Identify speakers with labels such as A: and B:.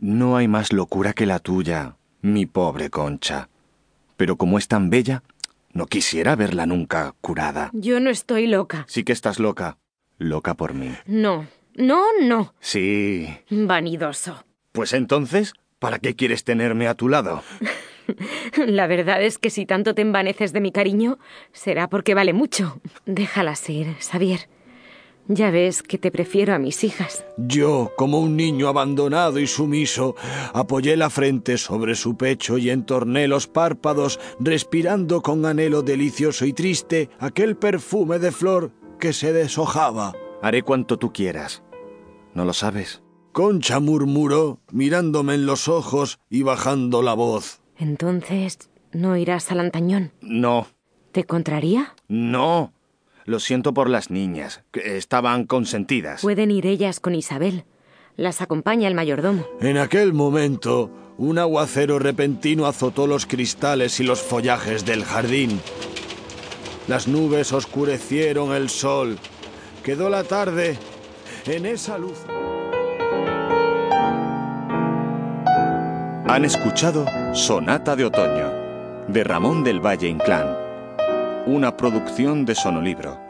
A: No hay más locura que la tuya, mi pobre concha. Pero como es tan bella, no quisiera verla nunca curada.
B: Yo no estoy loca.
A: Sí que estás loca. Loca por mí.
B: No, no, no.
A: Sí.
B: Vanidoso.
A: Pues entonces, ¿para qué quieres tenerme a tu lado?
B: La verdad es que si tanto te envaneces de mi cariño, será porque vale mucho. Déjala ser, Xavier. Ya ves que te prefiero a mis hijas.
C: Yo, Oh, como un niño abandonado y sumiso, apoyé la frente sobre su pecho y entorné los párpados, respirando con anhelo delicioso y triste aquel perfume de flor que se deshojaba.
A: Haré cuanto tú quieras. ¿No lo sabes?
C: Concha murmuró, mirándome en los ojos y bajando la voz.
B: Entonces, ¿no irás al antañón?
A: No,
B: ¿Te contraría?
A: no. Lo siento por las niñas, que estaban consentidas.
B: Pueden ir ellas con Isabel. Las acompaña el mayordomo.
C: En aquel momento, un aguacero repentino azotó los cristales y los follajes del jardín. Las nubes oscurecieron el sol. Quedó la tarde en esa luz.
A: Han escuchado Sonata de Otoño, de Ramón del Valle Inclán, una producción de Sonolibro.